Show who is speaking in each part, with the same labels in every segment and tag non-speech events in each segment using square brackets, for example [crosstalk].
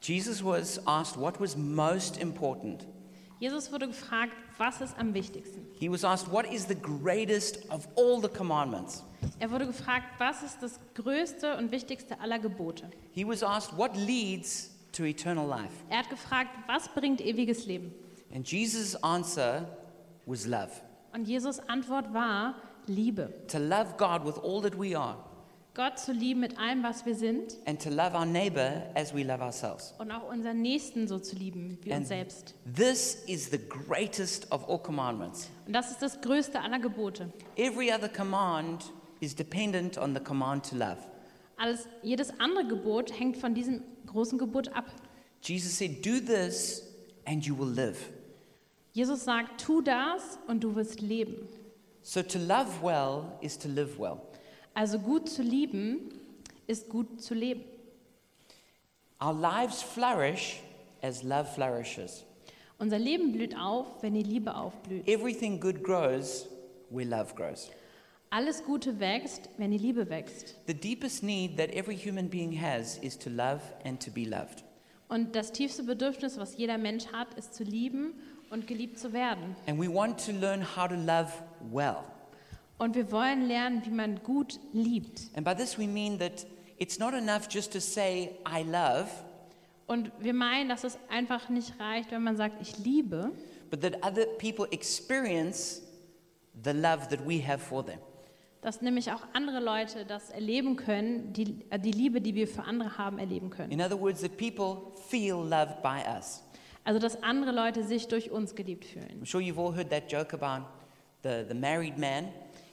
Speaker 1: Jesus was asked what was most important.
Speaker 2: Jesus wurde gefragt, was ist am wichtigsten?
Speaker 1: He was asked, What is the greatest of all the commandments?
Speaker 2: Er wurde gefragt, was ist das größte und wichtigste aller Gebote?
Speaker 1: He was asked, What leads to eternal life?
Speaker 2: Er hat gefragt, was bringt ewiges Leben?
Speaker 1: And Jesus' answer was love.
Speaker 2: Und Jesus Antwort war Liebe.
Speaker 1: To love God with all that we are,
Speaker 2: Gott zu lieben mit allem, was wir sind
Speaker 1: and to love our neighbor as we love ourselves.
Speaker 2: und auch unseren Nächsten so zu lieben wie
Speaker 1: And
Speaker 2: uns selbst.
Speaker 1: This is the greatest of all commandments.
Speaker 2: Und das ist das größte aller Gebote.
Speaker 1: Every other command is dependent on the command to love.
Speaker 2: Alles, jedes andere Gebot hängt von diesem großen Gebot ab.
Speaker 1: Jesus said, Do this and you will live.
Speaker 2: Jesus sagt, tu das und du wirst leben.
Speaker 1: So to love well is to live well.
Speaker 2: Also gut zu lieben ist gut zu leben.
Speaker 1: Our lives flourish as love flourishes.
Speaker 2: Unser Leben blüht auf, wenn die Liebe aufblüht.
Speaker 1: Everything good grows where love grows.
Speaker 2: Alles Gute wächst, wenn die Liebe wächst.
Speaker 1: The deepest need that every human being has is to love and to be loved.
Speaker 2: Und das tiefste Bedürfnis, was jeder Mensch hat, ist zu lieben und geliebt zu werden.
Speaker 1: And we want to learn how to love well.
Speaker 2: Und wir wollen lernen, wie man gut liebt.
Speaker 1: And by this we mean that it's not enough just to say, I love,
Speaker 2: Und wir meinen, dass es einfach nicht reicht, wenn man sagt, ich liebe,
Speaker 1: but that other people experience the love that we have for them.
Speaker 2: dass nämlich auch andere Leute das erleben können, die, äh, die Liebe, die wir für andere haben, erleben können.
Speaker 1: In other words, that people feel loved by us.
Speaker 2: Also dass andere Leute sich durch uns geliebt fühlen.
Speaker 1: I'm sure you've all heard that joke about the, the married man.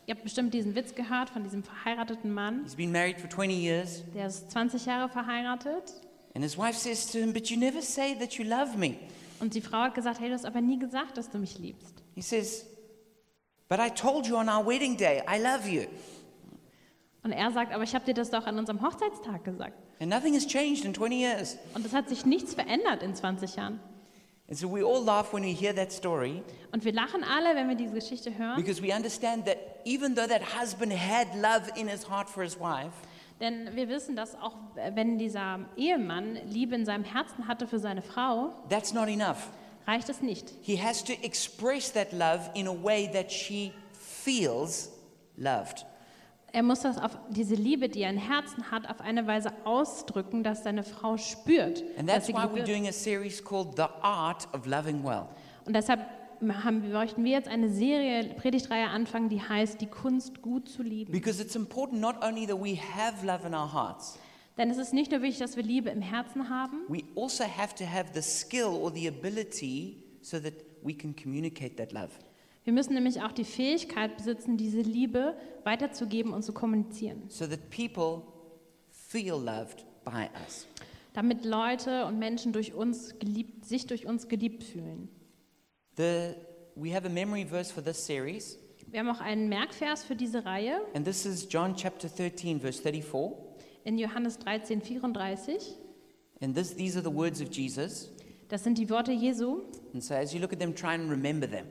Speaker 2: Ihr habt bestimmt diesen Witz gehört von diesem verheirateten Mann,
Speaker 1: He's been married for 20 years,
Speaker 2: der ist 20 Jahre verheiratet.
Speaker 1: and his wife says to him, But you never say that you love me.
Speaker 2: Und die Frau hat gesagt, hey, du hast aber nie gesagt, dass du mich liebst.
Speaker 1: He says, But I told you on our wedding day, I love you.
Speaker 2: Und er sagt, aber ich habe dir das doch an unserem Hochzeitstag gesagt.
Speaker 1: And nothing has changed in 20 years.
Speaker 2: Und es hat sich nichts verändert in 20 Jahren.
Speaker 1: And so we all laugh when we hear that story
Speaker 2: Und wir lachen alle, wenn wir diese Geschichte hören,
Speaker 1: because we understand that even though that husband had love in his heart for his wife,
Speaker 2: denn wir wissen, dass auch äh, wenn dieser Ehemann Liebe in seinem Herzen hatte für seine Frau,
Speaker 1: that's not enough.
Speaker 2: reicht es nicht.
Speaker 1: He has to express that love in a way that she feels loved.
Speaker 2: Er muss das auf diese Liebe, die er im Herzen hat, auf eine Weise ausdrücken, dass seine Frau spürt,
Speaker 1: And that's
Speaker 2: dass sie
Speaker 1: why
Speaker 2: geliebt
Speaker 1: we're
Speaker 2: wird.
Speaker 1: doing a series called The Art of Loving Well.
Speaker 2: Und deshalb haben, möchten wir jetzt eine Serie, Predigtreihe anfangen, die heißt Die Kunst, gut zu lieben.
Speaker 1: Because it's important not only that we have love in our hearts,
Speaker 2: Denn es ist nicht nur wichtig, dass wir Liebe im Herzen haben,
Speaker 1: we also have to have the skill or the ability so that we can communicate that love.
Speaker 2: wir müssen nämlich auch die Fähigkeit besitzen, diese Liebe weiterzugeben und zu kommunizieren.
Speaker 1: so that people feel loved by us.
Speaker 2: damit Leute und Menschen durch uns geliebt, sich durch uns geliebt fühlen.
Speaker 1: The, we have a memory verse for this series,
Speaker 2: Wir haben auch einen Merkvers für diese Reihe
Speaker 1: and this is John chapter 13, verse 34.
Speaker 2: in Johannes 13, 34.
Speaker 1: And this, these are the words of Jesus.
Speaker 2: Das sind die Worte Jesu.
Speaker 1: And so as you look at them, try and remember them.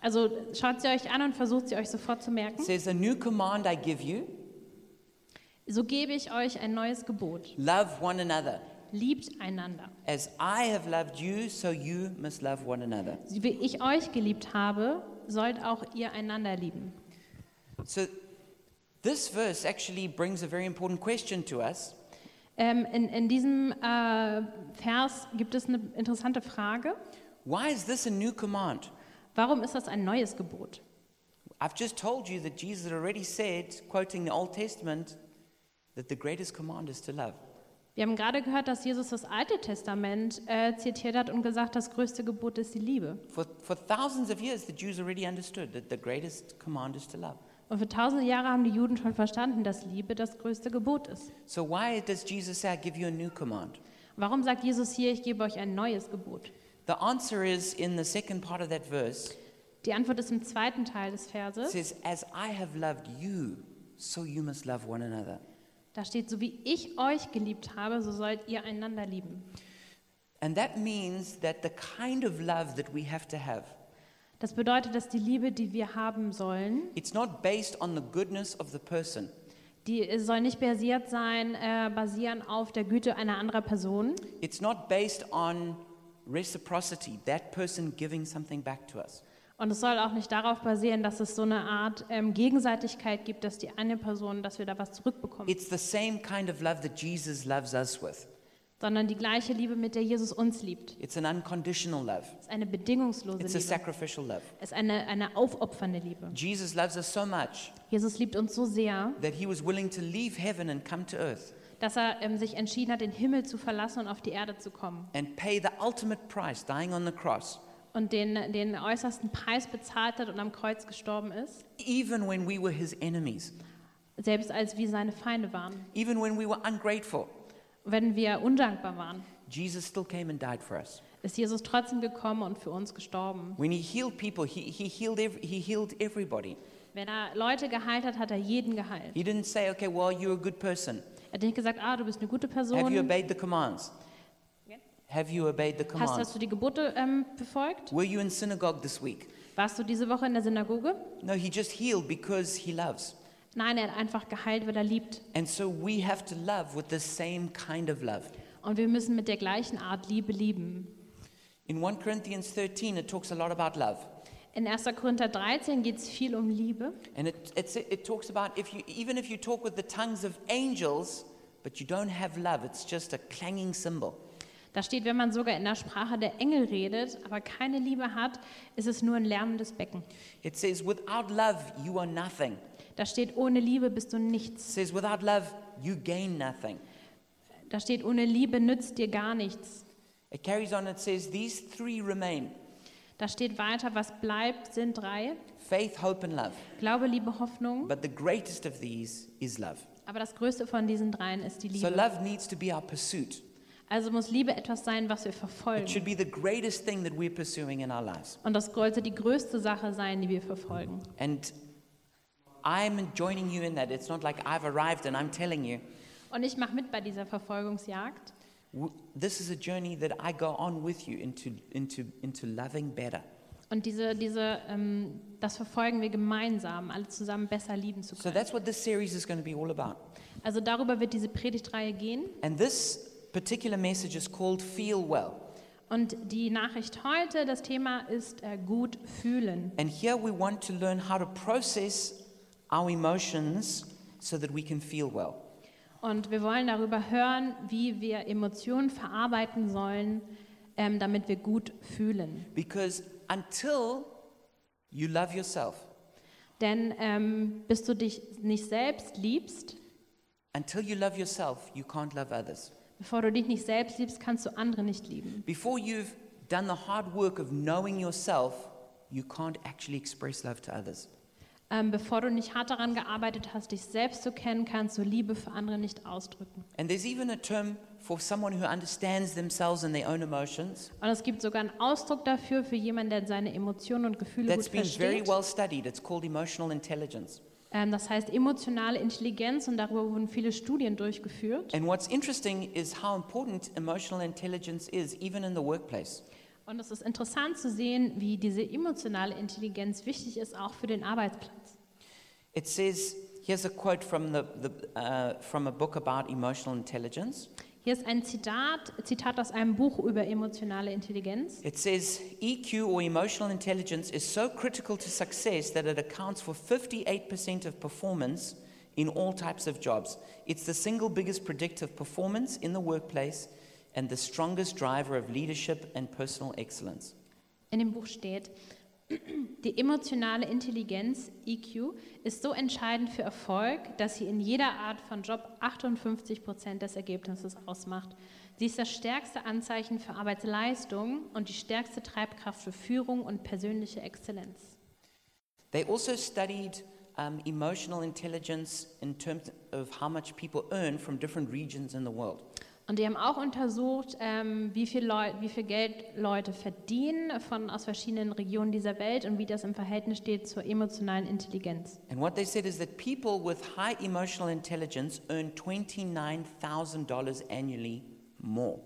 Speaker 2: Also schaut sie euch an und versucht sie euch sofort zu
Speaker 1: It
Speaker 2: merken.
Speaker 1: says, A new command I give you
Speaker 2: So gebe ich euch ein neues Gebot.
Speaker 1: love one another.
Speaker 2: Liebt einander.
Speaker 1: As I have loved you, so you must love one another.
Speaker 2: Wie ich euch geliebt habe, sollt auch ihr einander lieben.
Speaker 1: So this verse actually brings a very important question to us.
Speaker 2: Ähm, in, in diesem äh, Vers gibt es eine interessante Frage.
Speaker 1: Why is this a new command?
Speaker 2: Warum ist das ein neues Gebot?
Speaker 1: I've just told you that Jesus already said, quoting the Old Testament, that the greatest command is to love.
Speaker 2: Wir haben gerade gehört, dass Jesus das Alte Testament äh, zitiert hat und gesagt, das größte Gebot ist die Liebe.
Speaker 1: For, for thousands of years, the Jews already understood that the greatest command is to love.
Speaker 2: Und für tausende Jahre haben die Juden schon verstanden, dass Liebe das größte Gebot ist.
Speaker 1: So, why does Jesus say, I give you a new command?
Speaker 2: Warum sagt Jesus hier, ich gebe euch ein neues Gebot?
Speaker 1: The answer is in the second part of that verse.
Speaker 2: Die Antwort ist im zweiten Teil des
Speaker 1: It
Speaker 2: Verses.
Speaker 1: says, As I have loved you, so you must love one another.
Speaker 2: Da steht, so wie ich euch geliebt habe, so sollt ihr einander lieben.
Speaker 1: And that means that the kind of love that we have to have,
Speaker 2: Das bedeutet, dass die Liebe, die wir haben sollen,
Speaker 1: it's not based on the goodness of the person,
Speaker 2: Die soll nicht basiert sein, äh, basieren auf der Güte einer anderen Person.
Speaker 1: It's not based on reciprocity, that person giving something back to us.
Speaker 2: Und es soll auch nicht darauf basieren, dass es so eine Art ähm, Gegenseitigkeit gibt, dass die eine Person, dass wir da was zurückbekommen,
Speaker 1: It's the same kind of love that Jesus loves us with.
Speaker 2: sondern die gleiche Liebe, mit der Jesus uns liebt.
Speaker 1: It's an unconditional love,
Speaker 2: Es ist eine bedingungslose
Speaker 1: it's a
Speaker 2: Liebe.
Speaker 1: sacrificial love.
Speaker 2: Es ist eine, eine aufopfernde Liebe.
Speaker 1: Jesus loves us so much
Speaker 2: Jesus liebt uns so sehr,
Speaker 1: that he was willing to leave heaven and come to earth
Speaker 2: dass er ähm, sich entschieden hat, den Himmel zu verlassen und auf die Erde zu kommen
Speaker 1: and pay the ultimate price, dying on the cross,
Speaker 2: und den, den äußersten Preis bezahlt hat und am Kreuz gestorben ist,
Speaker 1: even when we were his enemies,
Speaker 2: selbst als wir seine Feinde waren.
Speaker 1: even when we were ungrateful.
Speaker 2: Wenn wir undankbar waren,
Speaker 1: Jesus still came and died for us.
Speaker 2: ist Jesus trotzdem gekommen und für uns gestorben.
Speaker 1: When he healed people, he, he, healed, ev- he healed everybody.
Speaker 2: Wenn er Leute geheilt hat, hat er jeden geheilt.
Speaker 1: He didn't say, okay, well, you're a good person.
Speaker 2: Er hat nicht gesagt, ah, du bist eine gute
Speaker 1: Have you
Speaker 2: Person,
Speaker 1: obeyed the commands?
Speaker 2: Again?
Speaker 1: Have you obeyed the
Speaker 2: hast, hast
Speaker 1: commands?
Speaker 2: du die Gebote ähm, befolgt?
Speaker 1: Were you in synagogue this week?
Speaker 2: Warst du diese Woche in der Synagoge?
Speaker 1: No, he just healed because he loves.
Speaker 2: Nein, er hat einfach geheilt, weil er liebt.
Speaker 1: And so we have to love with the same kind of love.
Speaker 2: Und wir müssen mit der gleichen Art Liebe lieben.
Speaker 1: In 1 Corinthians 13, it talks a lot about love.
Speaker 2: In 1. Korinther 13 geht es viel um Liebe.
Speaker 1: And it, it's, it talks about if you, even if you talk with the tongues of angels, but you don't have love, it's just a clanging cymbal.
Speaker 2: Da steht, wenn man sogar in der Sprache der Engel redet, aber keine Liebe hat, ist es nur ein lärmendes Becken.
Speaker 1: It says, without love, you are nothing.
Speaker 2: Da steht, ohne Liebe bist du
Speaker 1: It
Speaker 2: nichts.
Speaker 1: says, without love, you gain nothing.
Speaker 2: Da steht, ohne Liebe nützt dir gar nichts.
Speaker 1: It carries on, it says, these three remain
Speaker 2: Da steht weiter, was bleibt, sind drei.
Speaker 1: faith, hope, and love.
Speaker 2: Glaube, Liebe, Hoffnung.
Speaker 1: But the greatest of these is love.
Speaker 2: Aber das Größte von diesen dreien ist die
Speaker 1: So
Speaker 2: Liebe.
Speaker 1: love needs to be our pursuit.
Speaker 2: Also muss Liebe etwas sein, was wir
Speaker 1: It
Speaker 2: verfolgen.
Speaker 1: should be the greatest thing that we're pursuing in our lives.
Speaker 2: Und das sollte die größte Sache sein, die wir verfolgen.
Speaker 1: And I'm joining you in that. It's not like I've arrived and I'm telling you.
Speaker 2: Und ich mache mit bei dieser Verfolgungsjagd.
Speaker 1: W- This is a journey that I go on with you into, into, into loving better.
Speaker 2: Und diese, diese, ähm, das verfolgen wir gemeinsam, alle zusammen besser lieben zu
Speaker 1: So
Speaker 2: können.
Speaker 1: that's what this series is going to be all about.
Speaker 2: Also darüber wird diese Predigtreihe gehen.
Speaker 1: And this particular message is called Feel Well.
Speaker 2: Und die Nachricht heute, das Thema ist äh, gut fühlen.
Speaker 1: And here we want to learn how to process our emotions so that we can feel well.
Speaker 2: Und wir wollen darüber hören, wie wir Emotionen verarbeiten sollen, ähm, damit wir gut fühlen.
Speaker 1: Because until you love yourself,
Speaker 2: Denn ähm, bis du dich nicht selbst liebst,
Speaker 1: until you love yourself, you can't love others.
Speaker 2: bevor du dich nicht selbst liebst, kannst du andere nicht lieben.
Speaker 1: Before you've done the hard work of knowing yourself, you can't actually express love to others.
Speaker 2: Ähm, bevor du nicht hart daran gearbeitet hast, dich selbst zu kennen, kannst du Liebe für andere nicht ausdrücken.
Speaker 1: And there's even a term for someone who understands themselves and their own emotions
Speaker 2: Und es gibt sogar einen Ausdruck dafür für jemanden, der seine Emotionen und Gefühle gut
Speaker 1: that's been very
Speaker 2: versteht.
Speaker 1: well studied. It's called emotional intelligence.
Speaker 2: Ähm, das heißt emotionale Intelligenz und darüber wurden viele Studien durchgeführt.
Speaker 1: And what's interesting is how important emotional intelligence is, even in the workplace.
Speaker 2: Und es ist interessant zu sehen, wie diese emotionale Intelligenz wichtig ist, auch für den Arbeitsplatz.
Speaker 1: It says, here's a quote from, the, the, uh, from a book about emotional intelligence.
Speaker 2: Hier ist ein Zitat, Zitat aus einem Buch über emotionale Intelligenz.
Speaker 1: It says, EQ or emotional intelligence is so critical to success that it accounts for 58% of performance in all types of jobs. It's the single biggest predictor of performance in the workplace and the strongest driver of leadership and personal excellence.
Speaker 2: In dem Buch steht, [clears throat] die emotionale Intelligenz, EQ, ist so entscheidend für Erfolg, dass sie in jeder Art von Job 58 Prozent des Ergebnisses ausmacht. Sie ist das stärkste Anzeichen für Arbeitsleistung und die stärkste Treibkraft für Führung und persönliche Exzellenz.
Speaker 1: They also studied um, emotional intelligence in terms of how much people earn from different regions in the world.
Speaker 2: Und die haben auch untersucht, ähm, wie, viel Leu wie viel Geld Leute verdienen von, aus verschiedenen Regionen dieser Welt und wie das im Verhältnis steht zur emotionalen Intelligenz.
Speaker 1: And what they said is that people with high emotional intelligence earn $29,000 annually more.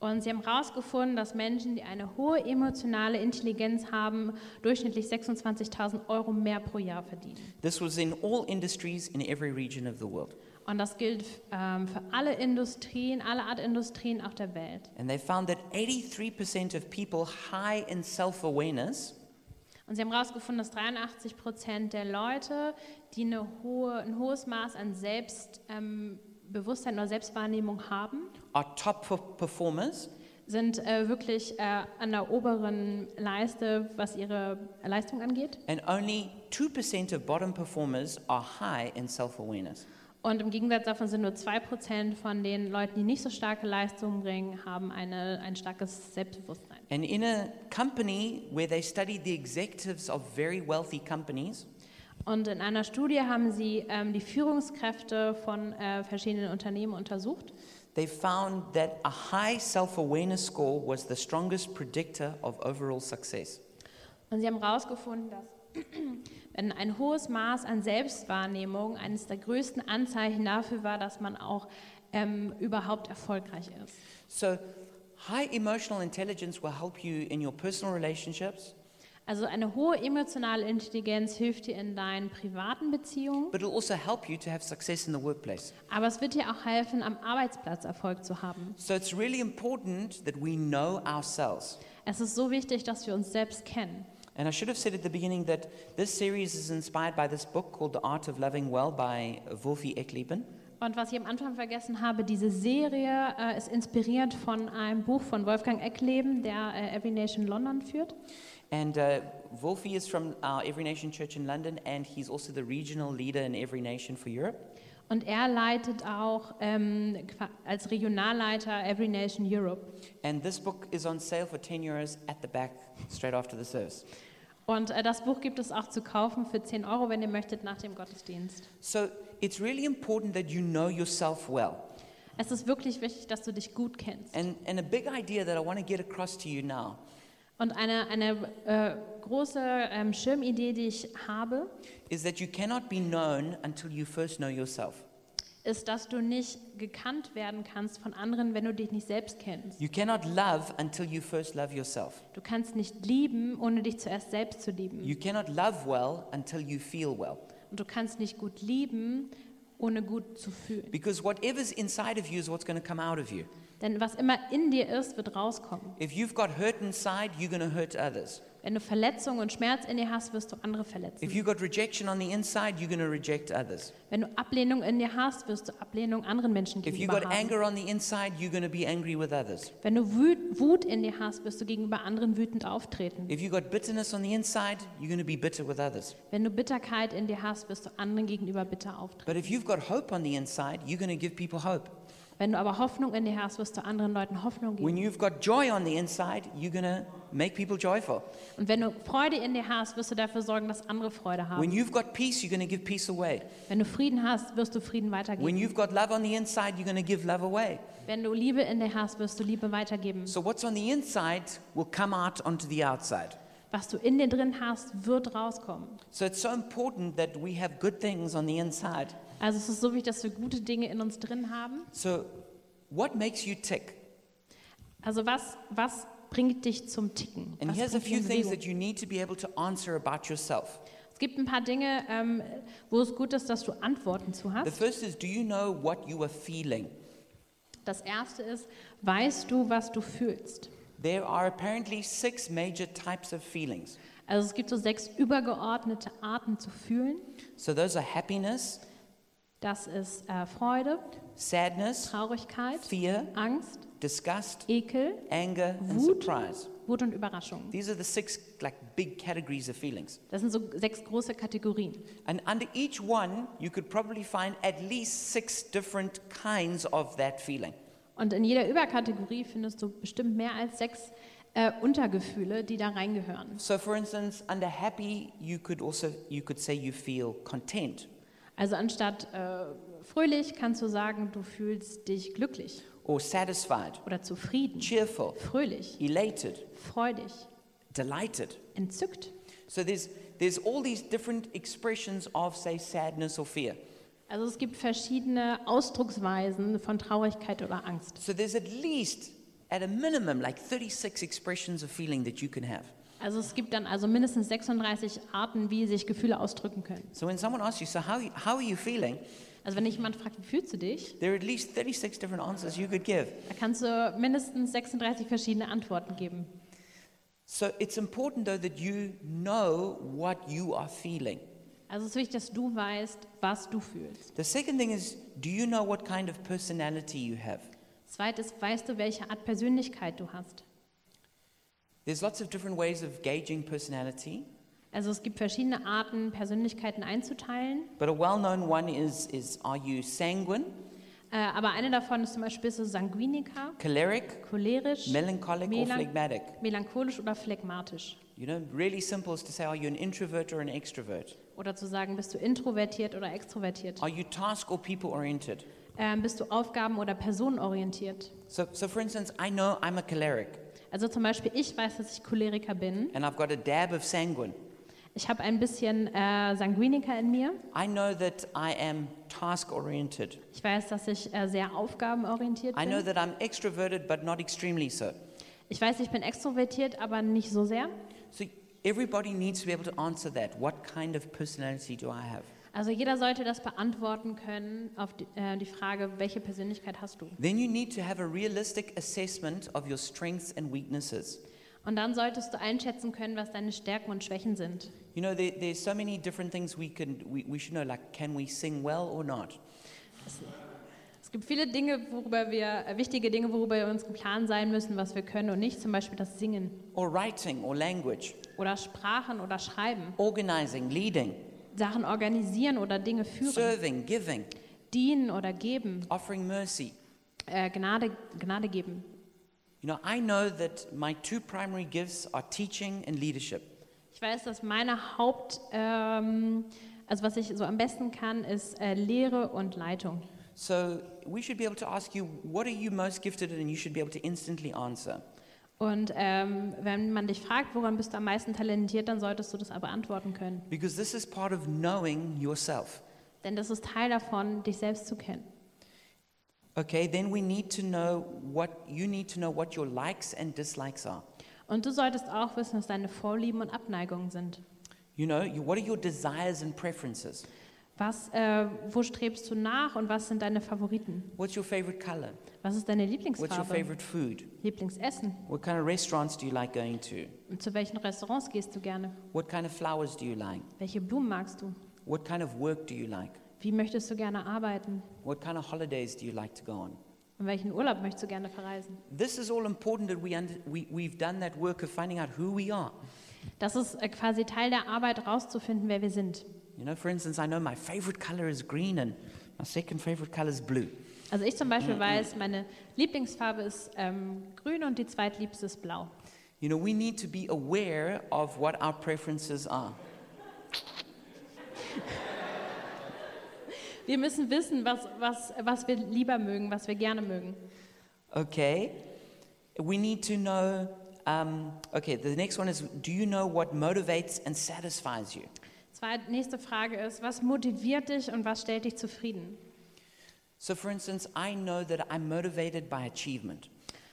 Speaker 2: Und sie haben herausgefunden, dass Menschen, die eine hohe emotionale Intelligenz haben, durchschnittlich 26.000 Euro mehr pro Jahr verdienen.
Speaker 1: This was in all industries in every region of the world.
Speaker 2: Und das gilt ähm, für alle Industrien, alle Art Industrien auf der Welt.
Speaker 1: And they found that 83% of people high in self awareness
Speaker 2: Und sie haben herausgefunden, dass 83 Prozent der Leute, die eine hohe, ein hohes Maß an Selbstbewusstsein ähm, Bewusstsein oder Selbstwahrnehmung haben,
Speaker 1: are top per- performers,
Speaker 2: sind äh, wirklich äh, an der oberen Leiste, was ihre Leistung angeht.
Speaker 1: and only 2% of bottom performers are high in self awareness.
Speaker 2: Und im Gegensatz davon sind nur 2% von den Leuten, die nicht so starke Leistungen bringen, haben eine, ein starkes Selbstbewusstsein.
Speaker 1: And in a company where they studied the executives of very wealthy companies,
Speaker 2: Und in einer Studie haben sie ähm, die Führungskräfte von äh, verschiedenen Unternehmen untersucht.
Speaker 1: they found that a high self awareness score was the strongest predictor of overall success.
Speaker 2: Und sie haben herausgefunden, dass [clears throat] wenn ein hohes Maß an Selbstwahrnehmung eines der größten Anzeichen dafür war, dass man auch ähm, überhaupt erfolgreich ist.
Speaker 1: So, high emotional intelligence will help you in your personal relationships,
Speaker 2: Also eine hohe emotionale Intelligenz hilft dir in deinen privaten Beziehungen,
Speaker 1: but it'll also help you to have success in the workplace.
Speaker 2: aber es wird dir auch helfen, am Arbeitsplatz Erfolg zu haben.
Speaker 1: So, it's really important that we know ourselves.
Speaker 2: Es ist so wichtig, dass wir uns selbst kennen.
Speaker 1: And I should have said at the beginning that this series is inspired by this book called The Art of Loving Well by Wolfie Ekleben.
Speaker 2: Und was ich am Anfang vergessen habe, diese Serie äh, ist inspiriert von einem Buch von Wolfgang Eckleben, der äh, Every Nation London führt.
Speaker 1: And uh, Wolfie is from our Every Nation Church in London, and he's also the regional leader in Every Nation for Europe.
Speaker 2: Und er leitet auch ähm, qua- als Regionalleiter Every Nation Europe.
Speaker 1: And this book is on sale for 10 euros at the back, straight after the service.
Speaker 2: Und äh, das Buch gibt es auch zu kaufen für 10 Euro, wenn ihr möchtet, nach dem Gottesdienst.
Speaker 1: So it's really important that you know yourself well.
Speaker 2: Es ist wirklich wichtig, dass du dich gut kennst.
Speaker 1: And, and a big idea that I want to get across to you now
Speaker 2: Und eine, eine äh, große ähm, Schirmidee, die ich habe,
Speaker 1: is that you cannot be known until you first know yourself.
Speaker 2: ist, dass du nicht gekannt werden kannst von anderen, wenn du dich nicht selbst kennst.
Speaker 1: You cannot love until you first love yourself.
Speaker 2: Du kannst nicht lieben, ohne dich zuerst selbst zu lieben.
Speaker 1: You cannot love well until you feel well.
Speaker 2: Und du kannst nicht gut lieben, ohne gut zu fühlen.
Speaker 1: Because whatever's inside of you is what's going to come out of you.
Speaker 2: Denn was immer in dir ist, wird rauskommen.
Speaker 1: If you've got hurt inside, you're going to hurt others.
Speaker 2: Wenn du Verletzung und Schmerz in dir hast, wirst du andere
Speaker 1: If
Speaker 2: verletzen.
Speaker 1: you've got rejection on the inside, you're going to reject others.
Speaker 2: Wenn du Ablehnung in dir hast, wirst du Ablehnung anderen Menschen
Speaker 1: If you've
Speaker 2: gegenüber
Speaker 1: got
Speaker 2: haben.
Speaker 1: anger on the inside, you're going to be angry with others.
Speaker 2: Wenn du Wut, Wut in dir hast, wirst du gegenüber anderen wütend auftreten.
Speaker 1: If you've got bitterness on the inside, you're going to be bitter with others.
Speaker 2: Wenn du Bitterkeit in dir hast, wirst du anderen gegenüber bitter auftreten.
Speaker 1: But if you've got hope on the inside, you're going to give people hope.
Speaker 2: Wenn du aber Hoffnung in dir hast, wirst du anderen Leuten Hoffnung
Speaker 1: When
Speaker 2: geben.
Speaker 1: you've got joy on the inside, you're going to make people joyful.
Speaker 2: Und wenn du Freude in dir hast, wirst du dafür sorgen, dass andere Freude
Speaker 1: When
Speaker 2: haben.
Speaker 1: you've got peace, you're going to give peace away.
Speaker 2: Wenn du Frieden hast, wirst du Frieden
Speaker 1: When
Speaker 2: weitergeben.
Speaker 1: you've got love on the inside, you're going to give love away.
Speaker 2: Wenn du Liebe in dir hast, wirst du Liebe weitergeben.
Speaker 1: So what's on the inside will come out onto the outside.
Speaker 2: Was du in dir drin hast, wird rauskommen.
Speaker 1: So it's so important that we have good things on the inside.
Speaker 2: Also es ist so wichtig, dass wir gute Dinge in uns drin haben.
Speaker 1: So what makes you tick?
Speaker 2: Also was, was bringt dich zum Ticken?
Speaker 1: And
Speaker 2: Was
Speaker 1: here's a
Speaker 2: bringt dich
Speaker 1: few
Speaker 2: in
Speaker 1: things
Speaker 2: Bewegung?
Speaker 1: that you need to be able to answer about yourself.
Speaker 2: es gibt ein paar Dinge, ähm, wo es gut ist, dass du Antworten zu
Speaker 1: The
Speaker 2: hast.
Speaker 1: first is do you know what you are feeling?
Speaker 2: Das erste ist, weißt du, was du fühlst?
Speaker 1: There are apparently six major types of feelings.
Speaker 2: Also es gibt so sechs übergeordnete Arten zu fühlen.
Speaker 1: So those are happiness,
Speaker 2: Das ist äh, Freude,
Speaker 1: sadness,
Speaker 2: Traurigkeit,
Speaker 1: fear,
Speaker 2: Angst,
Speaker 1: disgust,
Speaker 2: Ekel,
Speaker 1: anger, and
Speaker 2: Wut.
Speaker 1: surprise.
Speaker 2: Wut und Überraschung.
Speaker 1: These are the six like big categories of feelings.
Speaker 2: Das sind so sechs große Kategorien.
Speaker 1: And under each one, you could probably find at least six different kinds of that feeling.
Speaker 2: Und in jeder Überkategorie findest du bestimmt mehr als sechs äh, Untergefühle, die da reingehören.
Speaker 1: So, for instance, under happy, you could also you could say you feel content,
Speaker 2: Also anstatt äh, fröhlich kannst du sagen, du fühlst dich glücklich
Speaker 1: or satisfied,
Speaker 2: oder zufrieden,
Speaker 1: cheerful,
Speaker 2: fröhlich,
Speaker 1: elated,
Speaker 2: freudig,
Speaker 1: delighted.
Speaker 2: entzückt.
Speaker 1: So there's there's all these different expressions of say sadness or fear.
Speaker 2: Also es gibt verschiedene Ausdrucksweisen von Traurigkeit oder Angst.
Speaker 1: So there's at least at a minimum like 36 expressions of feeling that you can have.
Speaker 2: Also es gibt dann also mindestens 36 Arten, wie sich Gefühle ausdrücken können.
Speaker 1: So when someone asks you, so how, how are you feeling?
Speaker 2: Also wenn dich jemand fragt, wie fühlst du dich,
Speaker 1: There are at least 36 different answers you could give.
Speaker 2: da kannst du mindestens 36 verschiedene Antworten geben.
Speaker 1: So it's important though that you know what you are feeling.
Speaker 2: Also es ist wichtig, dass du weißt, was du fühlst.
Speaker 1: The second thing is, do you know what kind of personality you have?
Speaker 2: Zweites, weißt du, welche Art Persönlichkeit du hast.
Speaker 1: There's lots of different ways of gauging personality,
Speaker 2: Also es gibt verschiedene Arten, Persönlichkeiten einzuteilen.
Speaker 1: but a well-known one is, is are you sanguine,
Speaker 2: Äh, aber eine davon ist zum Beispiel bist du Sanguiniker,
Speaker 1: choleric,
Speaker 2: cholerisch,
Speaker 1: melancholic, or
Speaker 2: Melan-
Speaker 1: phlegmatic?
Speaker 2: melancholisch oder phlegmatisch.
Speaker 1: You know, really simple is to say, are you an introvert or an extrovert?
Speaker 2: Oder zu sagen, bist du introvertiert oder extrovertiert.
Speaker 1: Are you task or people-oriented?
Speaker 2: Ähm, bist du aufgaben- oder personenorientiert.
Speaker 1: So, so for instance, I know I'm a choleric,
Speaker 2: Also zum Beispiel, ich weiß, dass ich Choleriker bin.
Speaker 1: and I've got a dab of sanguine.
Speaker 2: Ich habe ein bisschen äh, Sanguiniker in mir.
Speaker 1: I know that I am task-oriented.
Speaker 2: Ich weiß, dass ich äh, sehr aufgabenorientiert
Speaker 1: I know
Speaker 2: bin.
Speaker 1: that I'm extroverted, but not extremely so.
Speaker 2: Ich weiß, ich bin extrovertiert, aber nicht so sehr.
Speaker 1: So everybody needs to be able to answer that. What kind of personality do I have?
Speaker 2: Also jeder sollte das beantworten können auf die, äh, die Frage, welche Persönlichkeit hast du?
Speaker 1: Then you need to have a realistic assessment of your strengths and weaknesses.
Speaker 2: Und dann solltest du einschätzen können, was deine Stärken und Schwächen sind.
Speaker 1: You know, there, there's so many different things we can we, we should know, like can we sing well or not?
Speaker 2: Es gibt viele Dinge, worüber wir, äh, wichtige Dinge, worüber wir uns im Klaren sein müssen, was wir können und nicht, zum Beispiel das Singen
Speaker 1: Or writing or language,
Speaker 2: oder Sprachen oder Schreiben,
Speaker 1: organizing, leading,
Speaker 2: Sachen organisieren oder Dinge führen,
Speaker 1: serving, giving,
Speaker 2: dienen oder geben,
Speaker 1: offering mercy.
Speaker 2: äh, Gnade, Gnade geben.
Speaker 1: You know, I know that my two primary gifts are teaching and leadership.
Speaker 2: Ich weiß, dass meine Haupt, ähm, also was ich so am besten kann, ist äh, Lehre und Leitung.
Speaker 1: So we should be able to ask you, what are you most gifted in? And you should be able to instantly answer.
Speaker 2: Und ähm, wenn man dich fragt, woran bist du am meisten talentiert, dann solltest du das aber antworten können.
Speaker 1: Because this is part of knowing yourself.
Speaker 2: Denn das ist Teil davon, dich selbst zu kennen.
Speaker 1: Okay, then we need to know what you need to know what your likes and dislikes are.
Speaker 2: Und du solltest auch wissen, was deine Vorlieben und Abneigungen sind.
Speaker 1: You know, you, what are your desires and preferences?
Speaker 2: Was, äh, wo strebst du nach und was sind deine Favoriten?
Speaker 1: What's your favorite color?
Speaker 2: Was ist deine
Speaker 1: What's your
Speaker 2: Lieblingsfarbe?
Speaker 1: favorite food?
Speaker 2: Lieblingsessen?
Speaker 1: What kind of restaurants do you like going to?
Speaker 2: Und zu welchen Restaurants gehst du gerne?
Speaker 1: What kind of flowers do you like?
Speaker 2: Welche Blumen magst du?
Speaker 1: What kind of work do you like?
Speaker 2: Wie möchtest du gerne arbeiten?
Speaker 1: What kind of holidays do you like to go on?
Speaker 2: Und welchen Urlaub möchtest du gerne verreisen?
Speaker 1: This is all important that we, under, we we've done that work of finding out who we are.
Speaker 2: Das ist äh, quasi Teil der Arbeit, rauszufinden, wer wir sind.
Speaker 1: You know, for instance, I know my favorite color is green and my second favorite color is blue.
Speaker 2: Also ich zum Beispiel weiß, meine Lieblingsfarbe ist ähm, grün und die zweitliebste ist blau.
Speaker 1: You know, we need to be aware of what our preferences are.
Speaker 2: Wir müssen wissen, was, was, was wir lieber mögen, was wir gerne mögen.
Speaker 1: Okay? We need to know. Um, okay, the next one is do you know what motivates and satisfies you?
Speaker 2: Zweite, nächste Frage ist, was motiviert dich und was stellt dich zufrieden?
Speaker 1: So, for instance, I know that I'm motivated by achievement.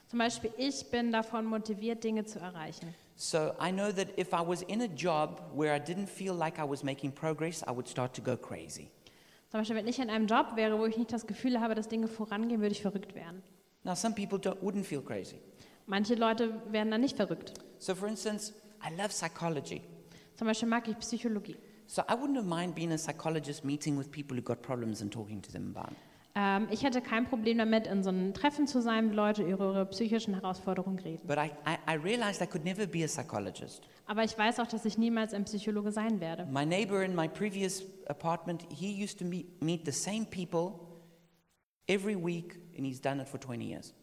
Speaker 2: Zum Beispiel, ich bin davon motiviert, Dinge zu erreichen.
Speaker 1: So, I know that if I was in a job where I didn't feel like I was making progress, I would start to go crazy.
Speaker 2: Zum Beispiel, wenn ich in einem Job wäre, wo ich nicht das Gefühl habe, dass Dinge vorangehen, würde ich verrückt werden.
Speaker 1: Now, some people don't, wouldn't feel crazy.
Speaker 2: Manche Leute werden dann nicht verrückt.
Speaker 1: So, for instance, I love psychology.
Speaker 2: Zum Beispiel mag ich Psychologie.
Speaker 1: So, I wouldn't have mind being a psychologist meeting with people who got problems and talking to them about it.
Speaker 2: Ähm, ich hätte kein Problem damit, in so einem Treffen zu sein, wo Leute über ihre psychischen Herausforderungen reden.
Speaker 1: But I, I, I realized I could never be a psychologist.
Speaker 2: Aber ich weiß auch, dass ich niemals ein Psychologe sein werde.
Speaker 1: My neighbor in my previous apartment, he used to meet, meet the same people every week, and he's done it for 20 years.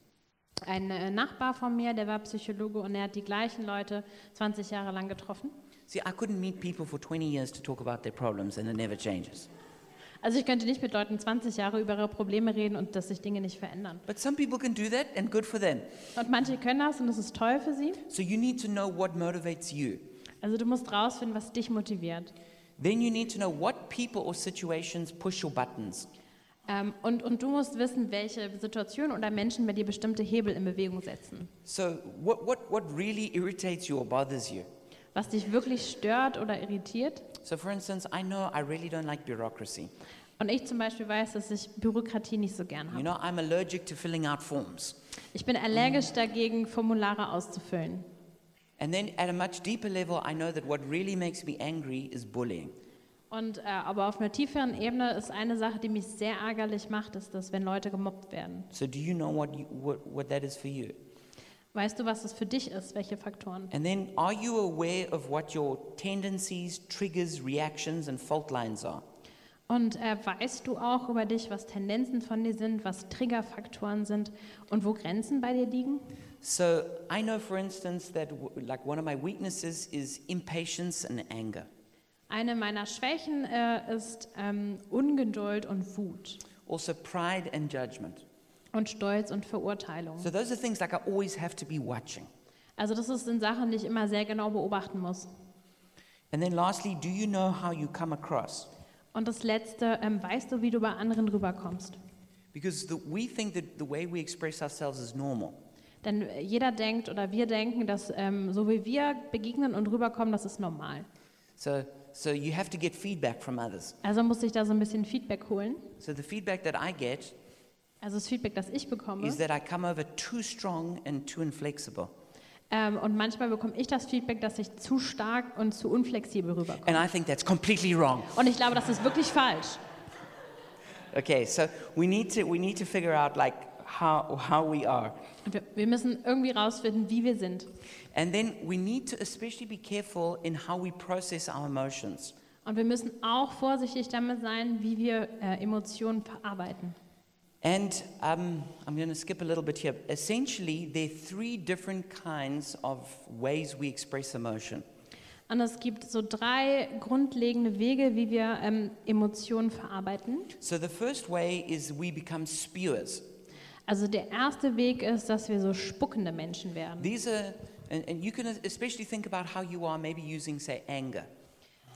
Speaker 2: Ein äh, Nachbar von mir, der war Psychologe und er hat die gleichen Leute 20 Jahre lang getroffen.
Speaker 1: See, I couldn't meet people for 20 years to talk about their problems, and it never changes.
Speaker 2: Also ich könnte nicht mit Leuten 20 Jahre über ihre Probleme reden und dass sich Dinge nicht verändern.
Speaker 1: But some people can do that, and good for them.
Speaker 2: Und manche können das und das ist toll für sie.
Speaker 1: So you need to know what motivates you.
Speaker 2: Also du musst rausfinden, was dich motiviert.
Speaker 1: Then you need to know what people or situations push your buttons.
Speaker 2: Ähm, und, und du musst wissen, welche Situationen oder Menschen bei dir bestimmte Hebel in Bewegung setzen.
Speaker 1: So, what, what, what really irritates you or bothers you?
Speaker 2: Was dich wirklich stört oder irritiert.
Speaker 1: So, for instance, I know I really don't like bureaucracy.
Speaker 2: Und ich zum Beispiel weiß, dass ich Bürokratie nicht so gern
Speaker 1: You
Speaker 2: habe.
Speaker 1: know, I'm allergic to filling out forms.
Speaker 2: Ich bin allergisch dagegen, Formulare auszufüllen.
Speaker 1: And then at a much deeper level, I know that what really makes me angry is bullying.
Speaker 2: Und, äh, aber auf einer tieferen Ebene ist eine Sache, die mich sehr ärgerlich macht, ist das, wenn Leute gemobbt werden.
Speaker 1: So, do you know what, you, what, what that is for you?
Speaker 2: Weißt du, was es für dich ist, welche Faktoren?
Speaker 1: And then, are you aware of what your tendencies, triggers, reactions, and fault lines are?
Speaker 2: Und äh, weißt du auch über dich, was Tendenzen von dir sind, was Triggerfaktoren sind und wo Grenzen bei dir liegen?
Speaker 1: So, I know, for instance, that w- like one of my weaknesses is impatience and anger.
Speaker 2: Eine meiner Schwächen äh, ist ähm, Ungeduld und Wut
Speaker 1: Also, pride and judgment.
Speaker 2: und Stolz und Verurteilung.
Speaker 1: So, those are things like I always have to be watching.
Speaker 2: Also das ist- sind Sachen, die ich immer sehr genau beobachten muss.
Speaker 1: And then, lastly, do you know how you come across?
Speaker 2: Und das Letzte, ähm, weißt du, wie du bei anderen rüberkommst?
Speaker 1: Because the, we think that the way we express ourselves is normal.
Speaker 2: Denn äh, jeder denkt oder wir denken, dass ähm, so wie wir begegnen und rüberkommen, das ist normal.
Speaker 1: So, so you have to get feedback from others.
Speaker 2: Also muss ich da so ein bisschen Feedback holen.
Speaker 1: So the feedback that I get
Speaker 2: Also das Feedback, das ich bekomme.
Speaker 1: is that I come over too strong and too inflexible.
Speaker 2: Ähm, und manchmal bekomme ich das Feedback, dass ich zu stark und zu unflexibel rüberkomme.
Speaker 1: And I think that's completely wrong.
Speaker 2: Und ich glaube, das ist wirklich falsch.
Speaker 1: Okay, so we need to, we need to figure out like how, how we are.
Speaker 2: Und wir, wir müssen irgendwie rausfinden, wie wir sind.
Speaker 1: And then we need to especially be careful in how we process our emotions.
Speaker 2: Und wir müssen auch vorsichtig damit sein, wie wir äh, Emotionen verarbeiten.
Speaker 1: And um, I'm going to skip a little bit here. Essentially, there are three different kinds of ways we express emotion.
Speaker 2: Und es gibt so drei grundlegende Wege, wie wir ähm, Emotionen verarbeiten.
Speaker 1: So the first way is we become spewers.
Speaker 2: Also der erste Weg ist, dass wir so spuckende Menschen werden.
Speaker 1: These are, and, and you can especially think about how you are maybe using, say, anger.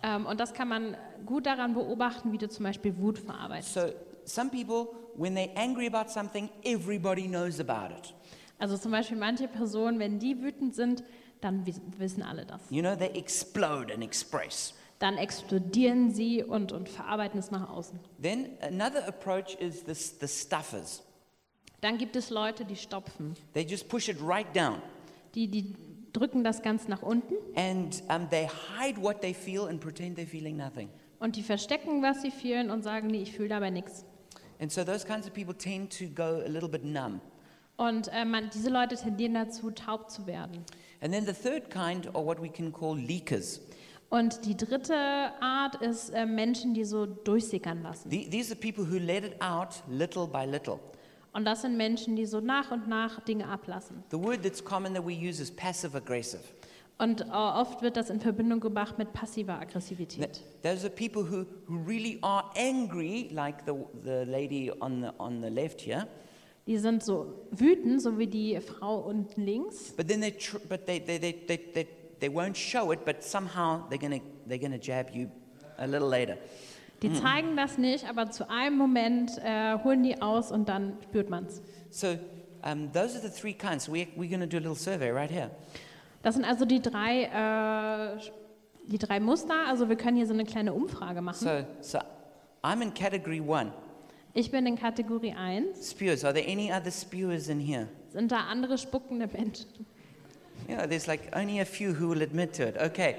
Speaker 2: Ähm, und das kann man gut daran beobachten, wie du zum Beispiel Wut verarbeitest.
Speaker 1: So some people, when they're angry about something, everybody knows about it.
Speaker 2: Also zum Beispiel manche Personen, wenn die wütend sind, dann wi- wissen alle das.
Speaker 1: You know, they explode and express.
Speaker 2: Dann explodieren sie und, und verarbeiten es nach außen.
Speaker 1: Then another approach is this, the stuffers.
Speaker 2: Dann gibt es Leute, die stopfen.
Speaker 1: They just push it right down
Speaker 2: Die, die drücken das ganz nach unten
Speaker 1: and um, they hide what they feel and pretend they're feeling nothing.
Speaker 2: und die verstecken, was sie fühlen und sagen, nee, ich fühle dabei nichts.
Speaker 1: And so those kinds of people tend to go a little bit numb.
Speaker 2: Und äh, man, diese Leute tendieren dazu, taub zu werden.
Speaker 1: And then the third kind are what we can call leakers.
Speaker 2: Und die dritte Art ist äh, Menschen, die so durchsickern lassen.
Speaker 1: The- These are people who let it out little by little.
Speaker 2: Und das sind Menschen, die so nach und nach Dinge ablassen.
Speaker 1: The word that's common that we use is passive aggressive.
Speaker 2: Und äh, oft wird das in Verbindung gebracht mit passiver Aggressivität.
Speaker 1: Those are people who, who really are angry, like the, the lady on the, on the left here,
Speaker 2: Die sind so wütend, so wie die Frau unten links.
Speaker 1: but then they, tr- but they, they, they, they, they, they won't show it, but somehow they're going to they're gonna jab you a little later.
Speaker 2: Die zeigen das nicht, aber zu einem Moment äh, holen die aus und dann spürt man es.
Speaker 1: So um, those are the three kinds. We, we're going to do a little survey right here.
Speaker 2: Das sind also die drei, äh, die drei Muster. Also wir können hier so eine kleine Umfrage machen.
Speaker 1: So, so I'm in category one,
Speaker 2: Ich bin in Kategorie 1.
Speaker 1: spewers. Are there any other spewers in here?
Speaker 2: Sind da andere spuckende Menschen?
Speaker 1: You know, there's like only a few who will admit to it. Okay.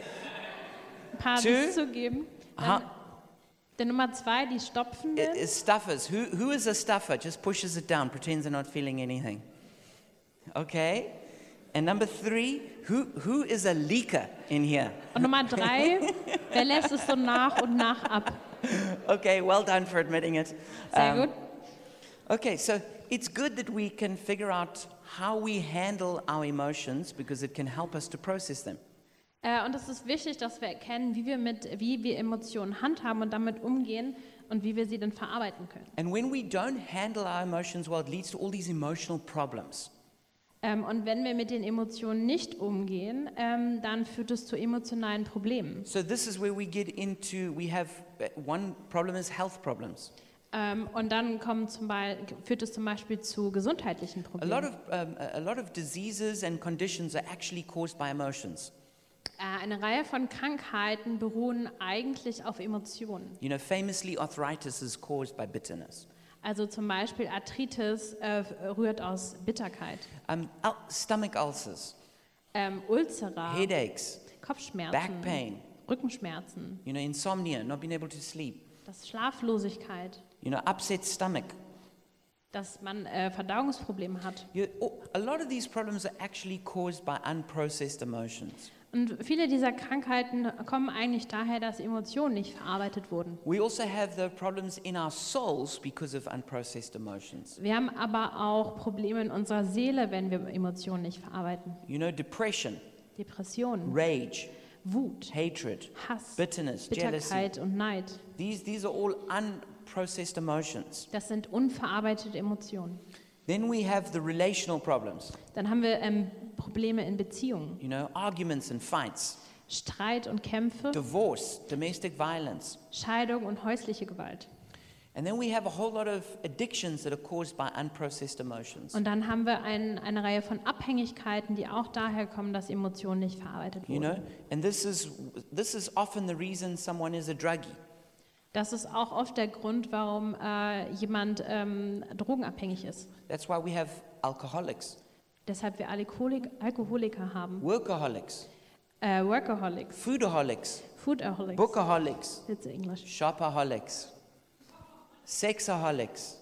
Speaker 2: Ein paar
Speaker 1: Two.
Speaker 2: die es zugeben.
Speaker 1: Aha.
Speaker 2: Dann, der Nummer zwei, die
Speaker 1: I-
Speaker 2: Stopfenden.
Speaker 1: is stuffers. Who, who is a stuffer? Just pushes it down, pretends they're not feeling anything. Okay. And number three, who, who is a leaker in here?
Speaker 2: Und Nummer drei, wer lässt es so nach und nach ab?
Speaker 1: Okay, well done for admitting it.
Speaker 2: Sehr
Speaker 1: Um,
Speaker 2: gut.
Speaker 1: Okay, so it's good that we can figure out how we handle our emotions because it can help us to process them.
Speaker 2: Äh, und es ist wichtig, dass wir erkennen, wie wir, mit, wie wir Emotionen handhaben und damit umgehen und wie wir sie dann verarbeiten können.
Speaker 1: And when we don't handle our emotions well, it leads to all these emotional problems.
Speaker 2: Ähm, und wenn wir mit den Emotionen nicht umgehen, ähm, dann führt es zu emotionalen Problemen.
Speaker 1: So this is where we get into we have uh, one problem is health problems.
Speaker 2: Ähm, und dann kommen zum Be führt es zum Beispiel zu gesundheitlichen
Speaker 1: A lot
Speaker 2: Problemen.
Speaker 1: of, um, a lot of diseases and conditions are actually caused by emotions.
Speaker 2: Äh, eine Reihe von Krankheiten beruhen eigentlich auf Emotionen.
Speaker 1: You know, famously, arthritis is caused by bitterness.
Speaker 2: Also zum Beispiel Arthritis äh, rührt aus Bitterkeit,
Speaker 1: Um, al- stomach ulcers,
Speaker 2: ähm, Ulzera,
Speaker 1: headaches, back
Speaker 2: Kopfschmerzen,
Speaker 1: pain,
Speaker 2: Rückenschmerzen,
Speaker 1: you know, insomnia, not being able to sleep,
Speaker 2: das Schlaflosigkeit,
Speaker 1: you know, upset stomach.
Speaker 2: dass man äh, Verdauungsprobleme hat.
Speaker 1: You, oh, a lot of these problems are actually caused by unprocessed emotions.
Speaker 2: Und viele dieser Krankheiten kommen eigentlich daher, dass Emotionen nicht verarbeitet wurden.
Speaker 1: We also have the problems in our souls because of unprocessed emotions.
Speaker 2: Wir haben aber auch Probleme in unserer Seele, wenn wir Emotionen nicht verarbeiten.
Speaker 1: You know, depression,
Speaker 2: Depressionen,
Speaker 1: rage,
Speaker 2: Wut,
Speaker 1: hatred,
Speaker 2: Hass,
Speaker 1: bitterness, jealousy.
Speaker 2: Bitterkeit und Neid.
Speaker 1: These, these are all unprocessed emotions.
Speaker 2: Das sind unverarbeitete Emotionen.
Speaker 1: Then we have the relational problems,
Speaker 2: Dann haben wir ähm, Probleme in Beziehungen,
Speaker 1: you know, arguments and fights,
Speaker 2: Streit und Kämpfe,
Speaker 1: divorce, domestic violence.
Speaker 2: Scheidung und häusliche Gewalt.
Speaker 1: And then we have a whole lot of addictions that are caused by unprocessed emotions.
Speaker 2: Und dann haben wir ein, eine Reihe von Abhängigkeiten, die auch daher kommen, dass Emotionen nicht verarbeitet
Speaker 1: You
Speaker 2: wurden.
Speaker 1: know, and this is this is often the reason someone is a druggie.
Speaker 2: Das ist auch oft der Grund, warum äh, jemand ähm, drogenabhängig ist.
Speaker 1: That's why we have alcoholics,
Speaker 2: Deshalb wir Alkoholik Alkoholiker haben,
Speaker 1: workaholics,
Speaker 2: äh, Workaholics,
Speaker 1: foodaholics,
Speaker 2: Foodaholics,
Speaker 1: bookaholics,
Speaker 2: It's English.
Speaker 1: shopaholics, sexaholics.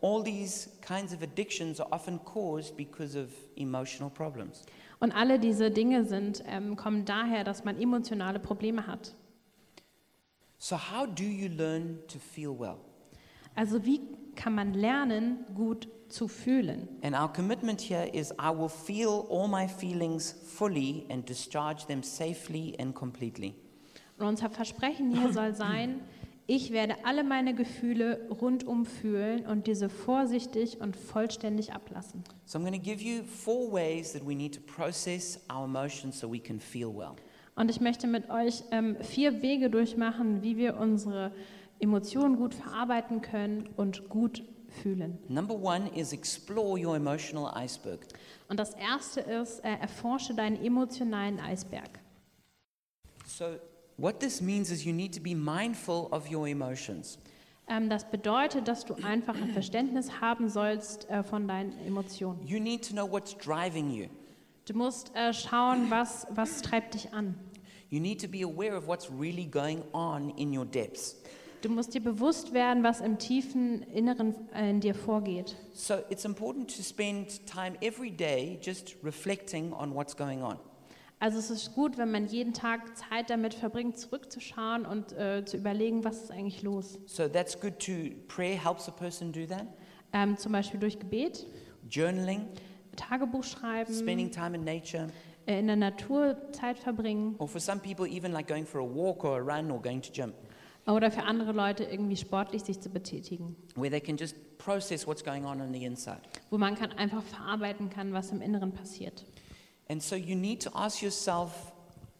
Speaker 1: All these kinds of addictions are often caused because of emotional problems.
Speaker 2: Und alle diese Dinge sind, ähm, kommen daher, dass man emotionale Probleme hat.
Speaker 1: So how do you learn to feel well?
Speaker 2: Also wie kann man lernen, gut zu fühlen?
Speaker 1: And our commitment here is I will feel all my feelings fully and discharge them safely and completely.
Speaker 2: Und unser Versprechen hier soll sein, ich werde alle meine Gefühle rundum fühlen und diese vorsichtig und vollständig ablassen.
Speaker 1: So I'm going to give you four ways that we need to process our emotions so we can feel well.
Speaker 2: Und ich möchte mit euch ähm, vier Wege durchmachen, wie wir unsere Emotionen gut verarbeiten können und gut fühlen.
Speaker 1: Number 1 is explore your emotional iceberg.
Speaker 2: Und das erste ist, äh, erforsche deinen emotionalen Eisberg.
Speaker 1: So what this means is you need to be mindful of your emotions.
Speaker 2: Ähm, das bedeutet, dass du einfach ein Verständnis haben sollst äh, von deinen Emotionen.
Speaker 1: You need to know what's driving you.
Speaker 2: Du musst äh, schauen, was, was treibt dich an.
Speaker 1: You need to be aware of what's really going on in your depths.
Speaker 2: Du musst dir bewusst werden, was im tiefen Inneren äh, in dir vorgeht.
Speaker 1: So it's important to spend time every day just reflecting on what's going on.
Speaker 2: Also es ist gut, wenn man jeden Tag Zeit damit verbringt, zurückzuschauen und äh, zu überlegen, was ist eigentlich los.
Speaker 1: So that's good to prayer helps a person do that.
Speaker 2: Ähm, zum Beispiel durch Gebet,
Speaker 1: Journaling,
Speaker 2: Tagebuch schreiben,
Speaker 1: spending time in nature,
Speaker 2: äh, in der Natur Zeit verbringen
Speaker 1: or for some people even like going for a walk or a run or going to gym,
Speaker 2: oder für andere Leute irgendwie sportlich sich zu betätigen,
Speaker 1: where they can just process what's going on on the inside.
Speaker 2: wo man kann einfach verarbeiten kann, was im Inneren passiert.
Speaker 1: And so you need to ask yourself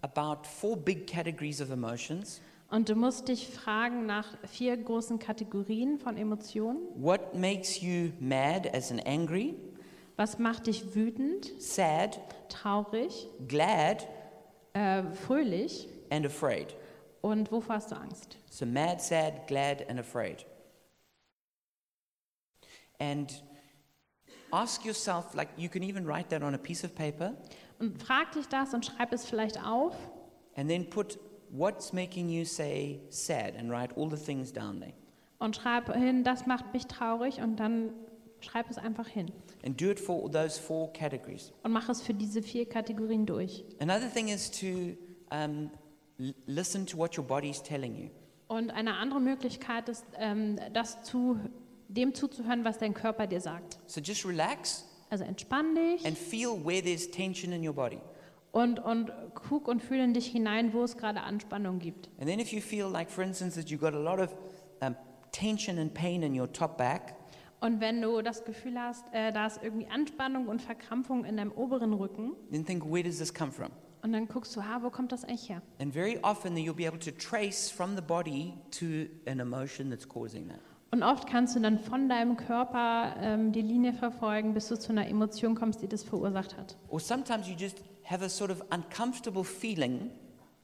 Speaker 1: about four big categories of emotions.
Speaker 2: Und du musst dich fragen nach vier großen Kategorien von Emotionen.
Speaker 1: What makes you mad as in angry,
Speaker 2: Was macht dich wütend,
Speaker 1: sad,
Speaker 2: traurig,
Speaker 1: glad,
Speaker 2: äh, fröhlich
Speaker 1: and afraid?
Speaker 2: und wovor hast du Angst?
Speaker 1: So mad, sad, glad, and afraid. And ask yourself, like you can even write that on a piece of paper,
Speaker 2: Und frag dich das und schreib es vielleicht auf
Speaker 1: and then put what's making you say sad and write all the things down there.
Speaker 2: und schreib hin, das macht mich traurig und dann schreib es einfach hin
Speaker 1: And do it for those four categories.
Speaker 2: und mach es für diese vier Kategorien durch.
Speaker 1: Another thing is to um, l- listen to what your body's telling you.
Speaker 2: Und eine andere Möglichkeit ist, ähm, das zu, dem zuzuhören, was dein Körper dir sagt.
Speaker 1: So just relax
Speaker 2: Also entspann dich
Speaker 1: and feel where there's tension in your body.
Speaker 2: und, und guck und fühle in dich hinein, wo es gerade Anspannung gibt.
Speaker 1: And then if you feel like, for instance, that you've got a lot of um, tension and pain in your top back,
Speaker 2: Und wenn du das Gefühl hast, äh, da ist irgendwie Anspannung und Verkrampfung in deinem oberen Rücken,
Speaker 1: then think where does this come from
Speaker 2: und dann guckst du, ha, wo kommt das eigentlich her?
Speaker 1: and very often you'll be able to trace from the body to an emotion that's causing that
Speaker 2: Und oft kannst du dann von deinem Körper ähm, die Linie verfolgen, bis du zu einer Emotion kommst, die das verursacht hat.
Speaker 1: Or sometimes you just have a sort of uncomfortable feeling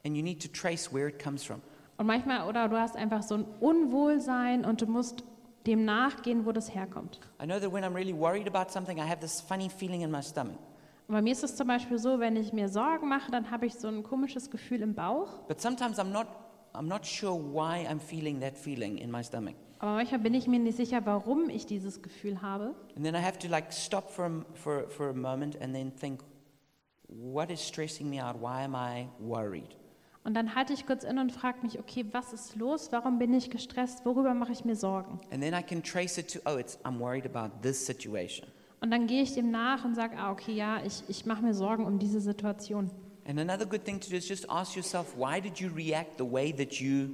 Speaker 1: and you need to trace where it comes from.
Speaker 2: Und manchmal, oder du hast einfach so ein Unwohlsein und du musst dem nachgehen, wo das herkommt.
Speaker 1: I know that when I'm really worried about something, I have this funny feeling in my stomach.
Speaker 2: Und bei mir ist es zum Beispiel so, wenn ich mir Sorgen mache, dann habe ich so ein komisches Gefühl im Bauch.
Speaker 1: But sometimes I'm not, I'm not sure why I'm feeling that feeling in my stomach.
Speaker 2: Aber manchmal bin ich mir nicht sicher, warum ich dieses Gefühl habe.
Speaker 1: And then I have to like stop for a, m- for, for a moment and then think, what is stressing me out? Why am I worried?
Speaker 2: Und dann halte ich kurz inne und frage mich, okay, was ist los? Warum bin ich gestresst? Worüber mache ich mir Sorgen?
Speaker 1: And then I can trace it to, oh, it's, I'm worried about this situation.
Speaker 2: Und dann gehe ich dem nach und sage, ah, okay, ja, ich, ich mache mir Sorgen um diese Situation.
Speaker 1: And another good thing to do is just ask yourself, why did you react the way that you,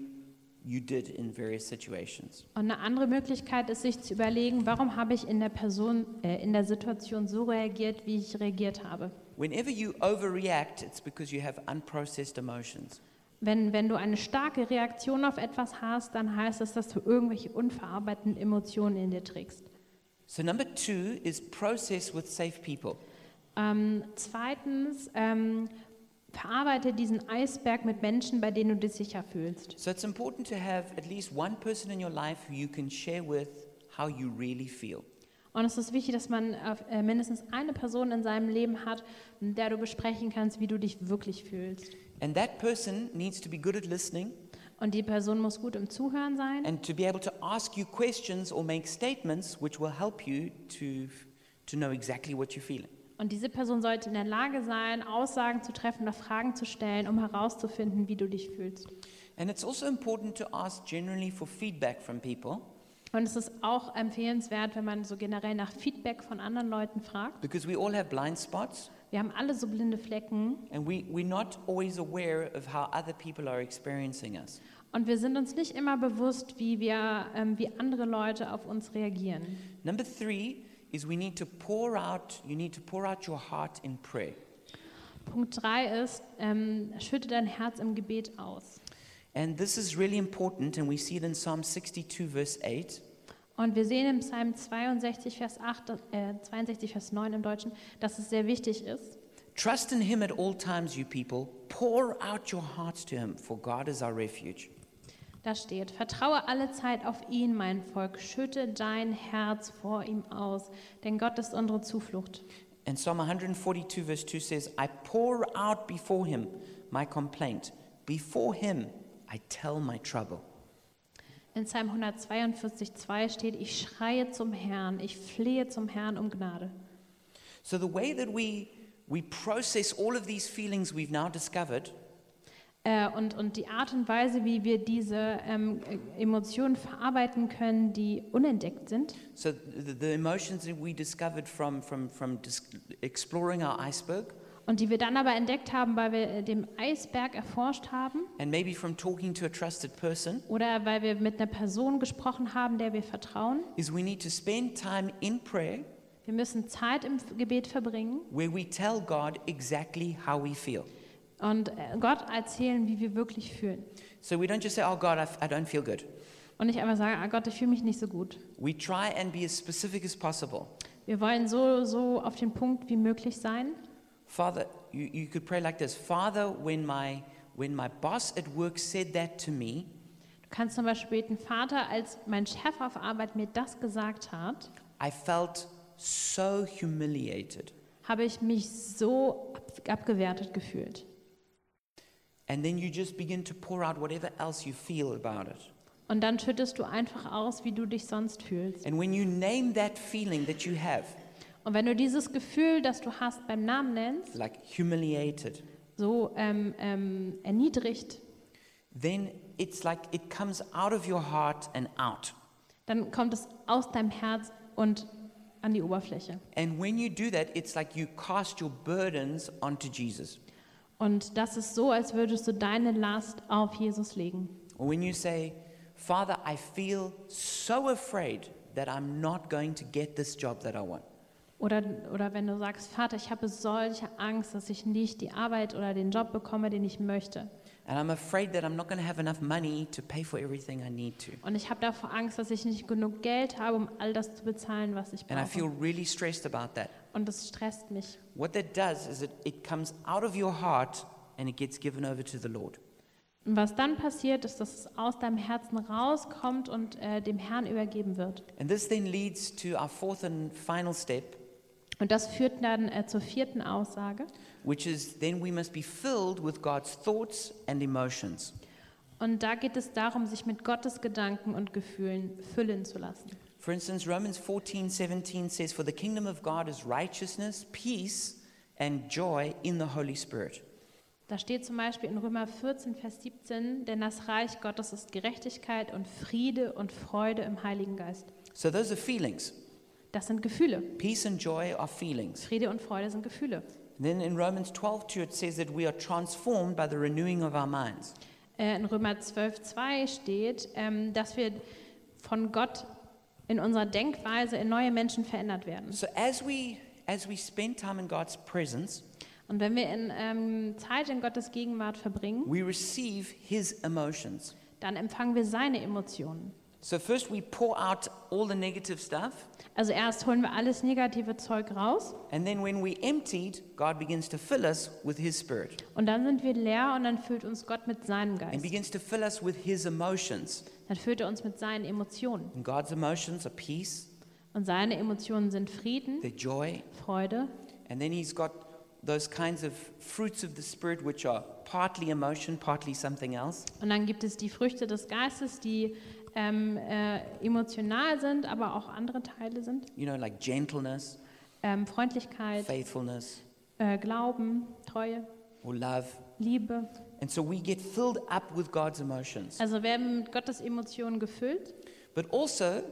Speaker 1: you did in various situations?
Speaker 2: Und eine andere Möglichkeit ist, sich zu überlegen, warum habe ich in der Person, äh, in der Situation so reagiert, wie ich reagiert habe.
Speaker 1: Whenever you overreact, it's because you have unprocessed emotions.
Speaker 2: Wenn, wenn du eine starke Reaktion auf etwas hast, dann heißt es, dass du irgendwelche unverarbeiteten Emotionen in dir trägst.
Speaker 1: So, number two is process with safe people.
Speaker 2: Ähm, zweitens, ähm, verarbeite diesen Eisberg mit Menschen, bei denen du dich sicher fühlst.
Speaker 1: So, it's important to have at least one person in your life who you can share with how you really feel.
Speaker 2: Und es ist wichtig, dass man auf, äh, mindestens eine Person in seinem Leben hat, mit der du besprechen kannst, wie du dich wirklich fühlst.
Speaker 1: And that person needs to be good at listening
Speaker 2: Und die Person muss gut im Zuhören sein
Speaker 1: and to be able to ask you questions or make statements which will help you to, to know exactly what you're feeling.
Speaker 2: Und diese Person sollte in der Lage sein, Aussagen zu treffen oder Fragen zu stellen, um herauszufinden, wie du dich fühlst.
Speaker 1: And it's also important to ask generally for feedback from people
Speaker 2: Und es ist auch empfehlenswert, wenn man so generell nach Feedback von anderen Leuten fragt.
Speaker 1: because we all have blind spots
Speaker 2: Wir haben alle so blinde Flecken
Speaker 1: and we, we're not always aware of how other people are experiencing us.
Speaker 2: und wir sind uns nicht immer bewusst, wie, wir, ähm, wie andere Leute auf uns reagieren.
Speaker 1: Number three is we need to pour out, you need to pour out your heart in prayer.
Speaker 2: Punkt 3 ist, ähm, schütte dein Herz im Gebet aus.
Speaker 1: And this is really important, and we see it in Psalm 62, verse 8.
Speaker 2: Und wir sehen im Psalm 62, Vers, 8, äh, 62, Vers 9 im Deutschen, dass es sehr wichtig ist.
Speaker 1: Trust in him at all times, you people. Pour out your hearts to him, for God is our refuge.
Speaker 2: Da steht, vertraue alle Zeit auf ihn, mein Volk, schütte dein Herz vor ihm aus, denn Gott ist unsere Zuflucht.
Speaker 1: And Psalm 142, verse 2 says, I pour out before him my complaint. Before him, I tell my trouble.
Speaker 2: In Psalm 142,2 steht, ich schreie zum Herrn, ich flehe zum Herrn um Gnade.
Speaker 1: So, the way that we, we process all of these feelings we've now discovered
Speaker 2: Äh, und, und die Art und Weise, wie wir diese ähm, äh, Emotionen verarbeiten können, die unentdeckt sind,
Speaker 1: So the, the emotions that we discovered from, from, from dis- exploring our iceberg
Speaker 2: und die wir dann aber entdeckt haben, weil wir äh, den Eisberg erforscht haben
Speaker 1: and maybe from talking to a trusted person
Speaker 2: oder weil wir mit einer Person gesprochen haben, der wir vertrauen.
Speaker 1: is we need to spend time in prayer
Speaker 2: Wir müssen Zeit im F- Gebet verbringen.
Speaker 1: where we tell God exactly how we feel.
Speaker 2: und äh, Gott erzählen, wie wir wirklich fühlen.
Speaker 1: So we don't just say, oh God, I, f- I don't feel good.
Speaker 2: Und nicht einfach sagen, ah Gott, ich fühle mich nicht so gut.
Speaker 1: We try and be as specific as possible.
Speaker 2: Wir wollen so, so auf den Punkt wie möglich sein.
Speaker 1: Father, you, you could pray like this Father, when my, when my boss at work said that to me,
Speaker 2: Du kannst zum Beispiel beten, Vater, als mein Chef auf Arbeit mir das gesagt hat,
Speaker 1: I felt so humiliated.
Speaker 2: habe ich mich so ab abgewertet gefühlt.
Speaker 1: And then you just begin to pour out whatever else you feel about it.
Speaker 2: Und dann schüttest du einfach aus, wie du dich sonst fühlst.
Speaker 1: And when you name that feeling that you have,
Speaker 2: Und wenn du dieses Gefühl, das du hast, beim Namen nennst,
Speaker 1: like humiliated,
Speaker 2: so ähm, ähm, erniedrigt,
Speaker 1: then it's like it comes out of your heart and out.
Speaker 2: dann kommt es aus deinem Herz und an die Oberfläche.
Speaker 1: And when you do that, it's like you cast your burdens onto Jesus.
Speaker 2: Und das ist so, als würdest du deine Last auf Jesus legen.
Speaker 1: Or when you say, Father, I feel so afraid that I'm not going to get this job that I want.
Speaker 2: Oder, oder wenn du sagst, Vater, ich habe solche Angst, dass ich nicht die Arbeit oder den Job bekomme, den ich möchte.
Speaker 1: And I'm afraid that I'm not going to have enough money to pay for everything I need to.
Speaker 2: Und ich habe davor Angst, dass ich nicht genug Geld habe, um all das zu bezahlen, was ich
Speaker 1: And I feel
Speaker 2: brauche.
Speaker 1: really stressed about that.
Speaker 2: Und das stresst mich.
Speaker 1: What that does is it, it comes out of your heart and it gets given over to the Lord.
Speaker 2: Und was dann passiert, ist, dass es aus deinem Herzen rauskommt und äh, dem Herrn übergeben wird.
Speaker 1: And this then leads to our fourth and final step,
Speaker 2: Und das führt dann äh, zur vierten Aussage.
Speaker 1: which is then we must be filled with God's thoughts and emotions.
Speaker 2: Und da geht es darum, sich mit Gottes Gedanken und Gefühlen füllen zu lassen.
Speaker 1: For instance, Romans 14 17 says, For the kingdom of God is righteousness, peace, and joy in the Holy Spirit.
Speaker 2: Da steht zum Beispiel in Römer 14, Vers 17, denn das Reich Gottes ist Gerechtigkeit und Friede und Freude im Heiligen Geist.
Speaker 1: So those are feelings.
Speaker 2: Das sind Gefühle.
Speaker 1: Peace and joy are feelings.
Speaker 2: Friede und Freude sind Gefühle.
Speaker 1: And then in Romans 12 2, it says that we are transformed by the renewing of our minds.
Speaker 2: Äh, In Römer 12, 2 steht, ähm, dass wir von Gott in unserer Denkweise in neue Menschen verändert werden.
Speaker 1: So as we as we spend time in God's presence,
Speaker 2: Und wenn wir in ähm, Zeit in Gottes Gegenwart verbringen,
Speaker 1: we receive his emotions.
Speaker 2: dann empfangen wir seine Emotionen.
Speaker 1: So first we pour out all the negative stuff,
Speaker 2: Also erst holen wir alles negative Zeug raus
Speaker 1: and then when we emptied, God begins to fill us with his spirit
Speaker 2: und dann sind wir leer und dann füllt uns Gott mit seinem
Speaker 1: and
Speaker 2: Geist.
Speaker 1: begins to fill us with his emotions.
Speaker 2: Dann füllt er uns mit seinen Emotionen.
Speaker 1: And God's emotions are peace,
Speaker 2: Und seine Emotionen sind Frieden,
Speaker 1: they're joy,
Speaker 2: Freude.
Speaker 1: and then he's got those kinds of fruits of the spirit which are partly emotion, partly something else.
Speaker 2: Und dann gibt es die Früchte des Geistes, die ähm, äh, emotional sind, aber auch andere Teile sind.
Speaker 1: You know, like gentleness,
Speaker 2: Ähm, Freundlichkeit,
Speaker 1: faithfulness,
Speaker 2: äh, Glauben, Treue,
Speaker 1: or love.
Speaker 2: Liebe.
Speaker 1: And so we get filled up with God's emotions.
Speaker 2: Also werden mit Gottes Emotionen gefüllt.
Speaker 1: But also,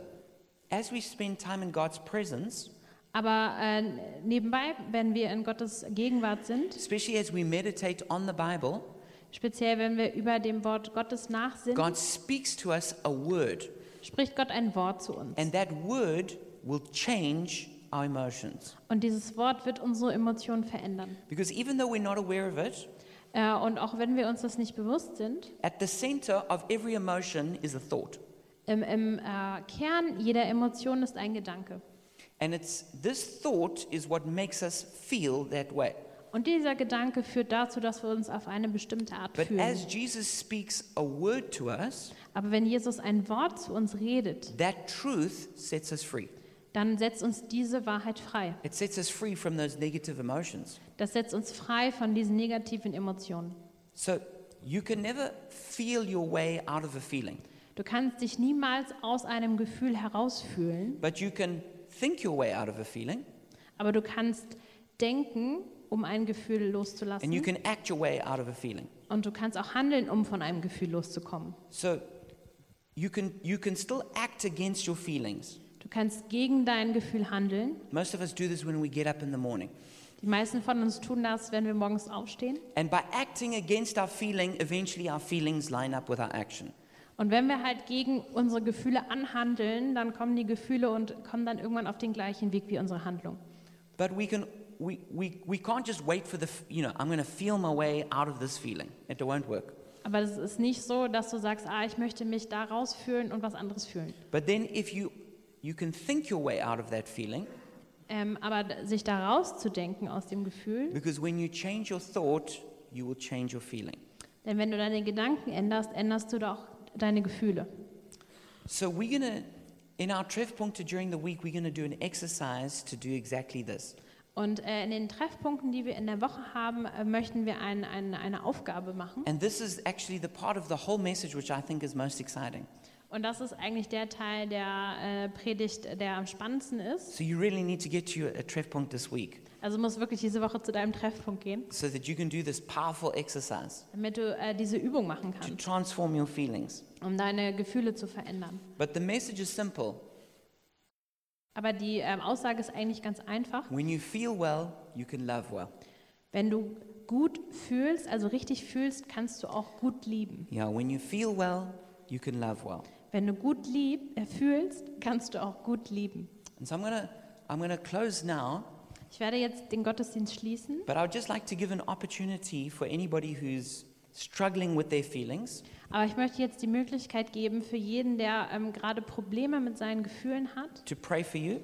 Speaker 1: as we spend time in God's presence,
Speaker 2: Aber äh, nebenbei, wenn wir in Gottes Gegenwart sind,
Speaker 1: especially as we meditate on the Bible,
Speaker 2: speziell wenn wir über dem Wort Gottes nachsinnen,
Speaker 1: God speaks to us a word,
Speaker 2: spricht Gott ein Wort zu uns.
Speaker 1: and that word will change our emotions.
Speaker 2: Und dieses Wort wird unsere Emotionen verändern.
Speaker 1: Because even though we're not aware of it,
Speaker 2: Äh, und auch wenn wir uns das nicht bewusst sind,
Speaker 1: at the center of every emotion is a thought.
Speaker 2: im, im äh, Kern jeder Emotion ist ein Gedanke.
Speaker 1: And it's this thought is what makes us feel that way.
Speaker 2: Und dieser Gedanke führt dazu, dass wir uns auf eine bestimmte Art
Speaker 1: But as
Speaker 2: fühlen.
Speaker 1: Jesus speaks a word to us,
Speaker 2: Aber wenn Jesus ein Wort zu uns redet,
Speaker 1: that truth sets us free.
Speaker 2: dann setzt uns diese Wahrheit frei.
Speaker 1: It sets us free from those negative emotions.
Speaker 2: Das setzt uns frei von diesen negativen Emotionen.
Speaker 1: So you can never feel your way out of a feeling,
Speaker 2: Du kannst dich niemals aus einem Gefühl herausfühlen,
Speaker 1: but you can think your way out of a feeling,
Speaker 2: aber du kannst denken, um ein Gefühl
Speaker 1: and you
Speaker 2: loszulassen.
Speaker 1: can act your way out of a feeling.
Speaker 2: Und du kannst auch handeln, um von einem Gefühl loszukommen.
Speaker 1: So you can you can still act against your feelings.
Speaker 2: Du kannst gegen dein Gefühl handeln.
Speaker 1: Most of us do this when we get up in the morning.
Speaker 2: Die meisten von uns tun das, wenn wir morgens aufstehen.
Speaker 1: And by acting against our feeling, eventually our feelings line up with our action.
Speaker 2: Und wenn wir halt gegen unsere Gefühle anhandeln, dann kommen die Gefühle und kommen dann irgendwann auf den gleichen Weg wie unsere Handlung.
Speaker 1: But we can we, we, we can't just wait for the f- you know I'm going to feel my way out of this feeling. It won't work.
Speaker 2: Aber es ist nicht so, dass du sagst, ah, ich möchte mich da rausfühlen und was anderes fühlen.
Speaker 1: But then if you you can think your way out of that feeling
Speaker 2: Ähm, aber d- sich da rauszudenken aus dem Gefühl,
Speaker 1: because when you change your thought, you will change your feeling.
Speaker 2: denn wenn du deine Gedanken änderst, änderst du da auch deine Gefühle.
Speaker 1: So we're going to in our treffpunkte during the week, we're going to do an exercise to do exactly this.
Speaker 2: Und äh, in den Treffpunkten, die wir in der Woche haben, äh, möchten wir ein, ein, eine Aufgabe machen.
Speaker 1: And this is actually the part of the whole message which I think is most exciting.
Speaker 2: Und das ist eigentlich der Teil der äh, Predigt, der am spannendsten ist.
Speaker 1: So you really need to get to your a treffpunkt this week
Speaker 2: Also du musst wirklich diese Woche zu deinem Treffpunkt gehen,
Speaker 1: so that you can do this powerful exercise
Speaker 2: damit du äh, diese Übung machen
Speaker 1: to
Speaker 2: kannst,
Speaker 1: transform your feelings.
Speaker 2: um deine Gefühle zu verändern.
Speaker 1: But the message is simple.
Speaker 2: Aber die ähm, Aussage ist eigentlich ganz einfach.
Speaker 1: When you feel well, you can love well.
Speaker 2: Wenn du gut fühlst, also richtig fühlst, kannst du auch gut lieben.
Speaker 1: Yeah, when you feel well, you can love well.
Speaker 2: Wenn du gut lieb, äh, fühlst, kannst du auch gut lieben.
Speaker 1: And so I'm going to I'm going to close now,
Speaker 2: Ich werde jetzt den Gottesdienst schließen,
Speaker 1: but I would just like to give an opportunity for anybody who's struggling with their feelings,
Speaker 2: Aber ich möchte jetzt die Möglichkeit geben, für jeden, der ähm, gerade Probleme mit seinen Gefühlen hat,
Speaker 1: to pray for you.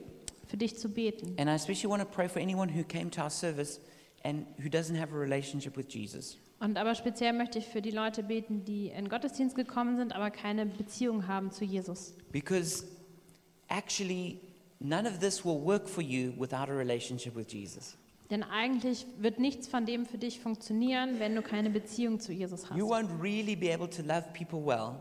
Speaker 2: für dich zu beten.
Speaker 1: And I especially want to pray for anyone who came to our service and who doesn't have a relationship with Jesus.
Speaker 2: Und aber speziell möchte ich für die Leute beten, die in den Gottesdienst gekommen sind, aber keine Beziehung haben zu Jesus.
Speaker 1: Because actually, none of this will work for you without a relationship with Jesus.
Speaker 2: Denn eigentlich wird nichts von dem für dich funktionieren, wenn du keine Beziehung zu Jesus hast.
Speaker 1: You won't really be able to love people well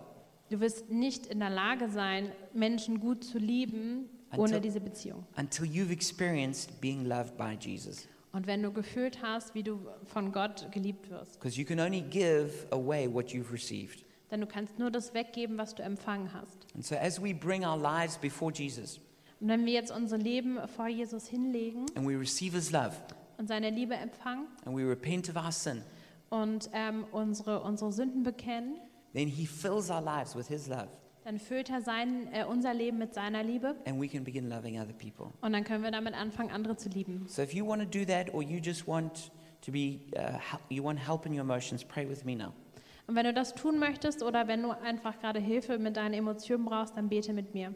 Speaker 2: Du wirst nicht in der Lage sein, Menschen gut zu lieben,
Speaker 1: Until-
Speaker 2: ohne diese Beziehung.
Speaker 1: until you've experienced being loved by Jesus.
Speaker 2: Und wenn du gefühlt hast, wie du von Gott geliebt wirst,
Speaker 1: Because you can only give away what you've received.
Speaker 2: denn du kannst nur das weggeben, was du empfangen hast.
Speaker 1: And so, as we bring our lives before Jesus
Speaker 2: Und wenn wir jetzt unser Leben vor Jesus hinlegen
Speaker 1: and we receive his love
Speaker 2: und seine Liebe empfangen
Speaker 1: and we repent of our sin,
Speaker 2: und ähm, unsere, unsere Sünden bekennen,
Speaker 1: then he fills our lives with his love
Speaker 2: dann füllt er sein, äh, unser Leben mit seiner Liebe
Speaker 1: and we can begin loving other people.
Speaker 2: und dann können wir damit anfangen, andere zu lieben.
Speaker 1: So if you want to do that, or you just want to be, uh, hel- you want help in your emotions, pray with me now.
Speaker 2: Und wenn du das tun möchtest oder wenn du einfach gerade Hilfe mit deinen Emotionen brauchst, dann bete mit mir.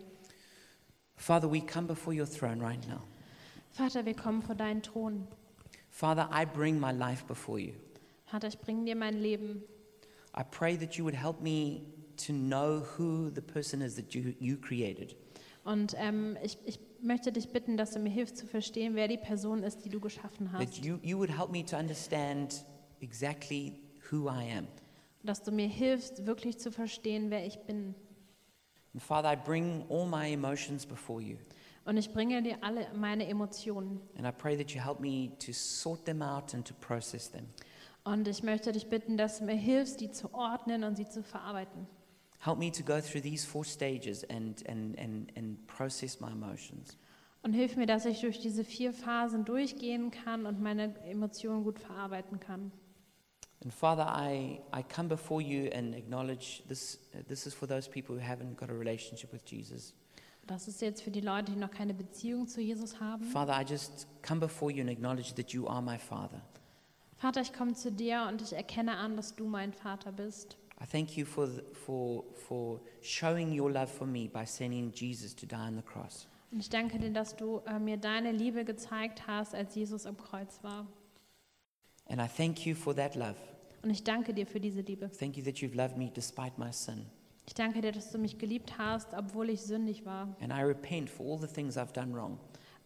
Speaker 1: Father, we come before your throne right now.
Speaker 2: Vater, wir kommen vor deinen Thron.
Speaker 1: Father, I bring my life before you.
Speaker 2: Vater, ich bringe dir mein Leben.
Speaker 1: I pray that you would help me to know who the person is that you, you created.
Speaker 2: Und ähm, ich, ich möchte dich bitten, dass du mir hilfst zu verstehen, wer die Person ist, die du geschaffen hast.
Speaker 1: That you, you would help me to understand exactly who I am.
Speaker 2: Dass du mir hilfst, wirklich zu verstehen, wer ich bin.
Speaker 1: And Father, I bring all my emotions before you.
Speaker 2: Und ich bringe dir alle meine Emotionen.
Speaker 1: And I pray that you help me to sort them out and to process them.
Speaker 2: Und ich möchte dich bitten, dass du mir hilfst, die zu ordnen und sie zu verarbeiten.
Speaker 1: Help me to go through these four stages and, and, and, and process my emotions.
Speaker 2: Und hilf mir, dass ich durch diese vier Phasen durchgehen kann und meine Emotionen gut verarbeiten kann.
Speaker 1: And Father, I, I come before you and acknowledge this, this is for those people who haven't got a relationship with Jesus.
Speaker 2: Das ist jetzt für die Leute, die noch keine Beziehung zu Jesus haben.
Speaker 1: Father, I just come before you and acknowledge that you are my Father.
Speaker 2: Vater, ich komme zu dir und ich erkenne an, dass du mein Vater bist.
Speaker 1: I thank you for, the, for, for showing your love for me by sending Jesus to die on the cross.
Speaker 2: Und ich danke dir, dass du äh, mir deine Liebe gezeigt hast, als Jesus am Kreuz war.
Speaker 1: And I thank you for that love.
Speaker 2: Und ich danke dir für diese Liebe.
Speaker 1: Thank you that you've loved me despite my sin.
Speaker 2: Ich danke dir, dass du mich geliebt hast, obwohl ich sündig war.
Speaker 1: And I repent for all the things I've done wrong.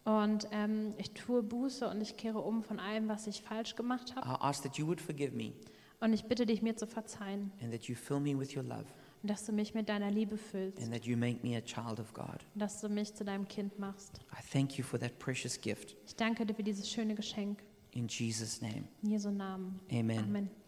Speaker 2: Und ähm, ich tue Buße und ich kehre um von allem, was ich falsch gemacht habe.
Speaker 1: I ask that you would forgive me
Speaker 2: Und ich bitte dich, mir zu verzeihen
Speaker 1: and that you fill me with your love
Speaker 2: und dass du mich mit deiner Liebe füllst
Speaker 1: and that you make me a child of God.
Speaker 2: und dass du mich zu deinem Kind machst.
Speaker 1: I thank you for that precious gift.
Speaker 2: Ich danke dir für dieses schöne Geschenk.
Speaker 1: In Jesus' name,
Speaker 2: In Jesu Namen.
Speaker 1: amen.
Speaker 2: Amen.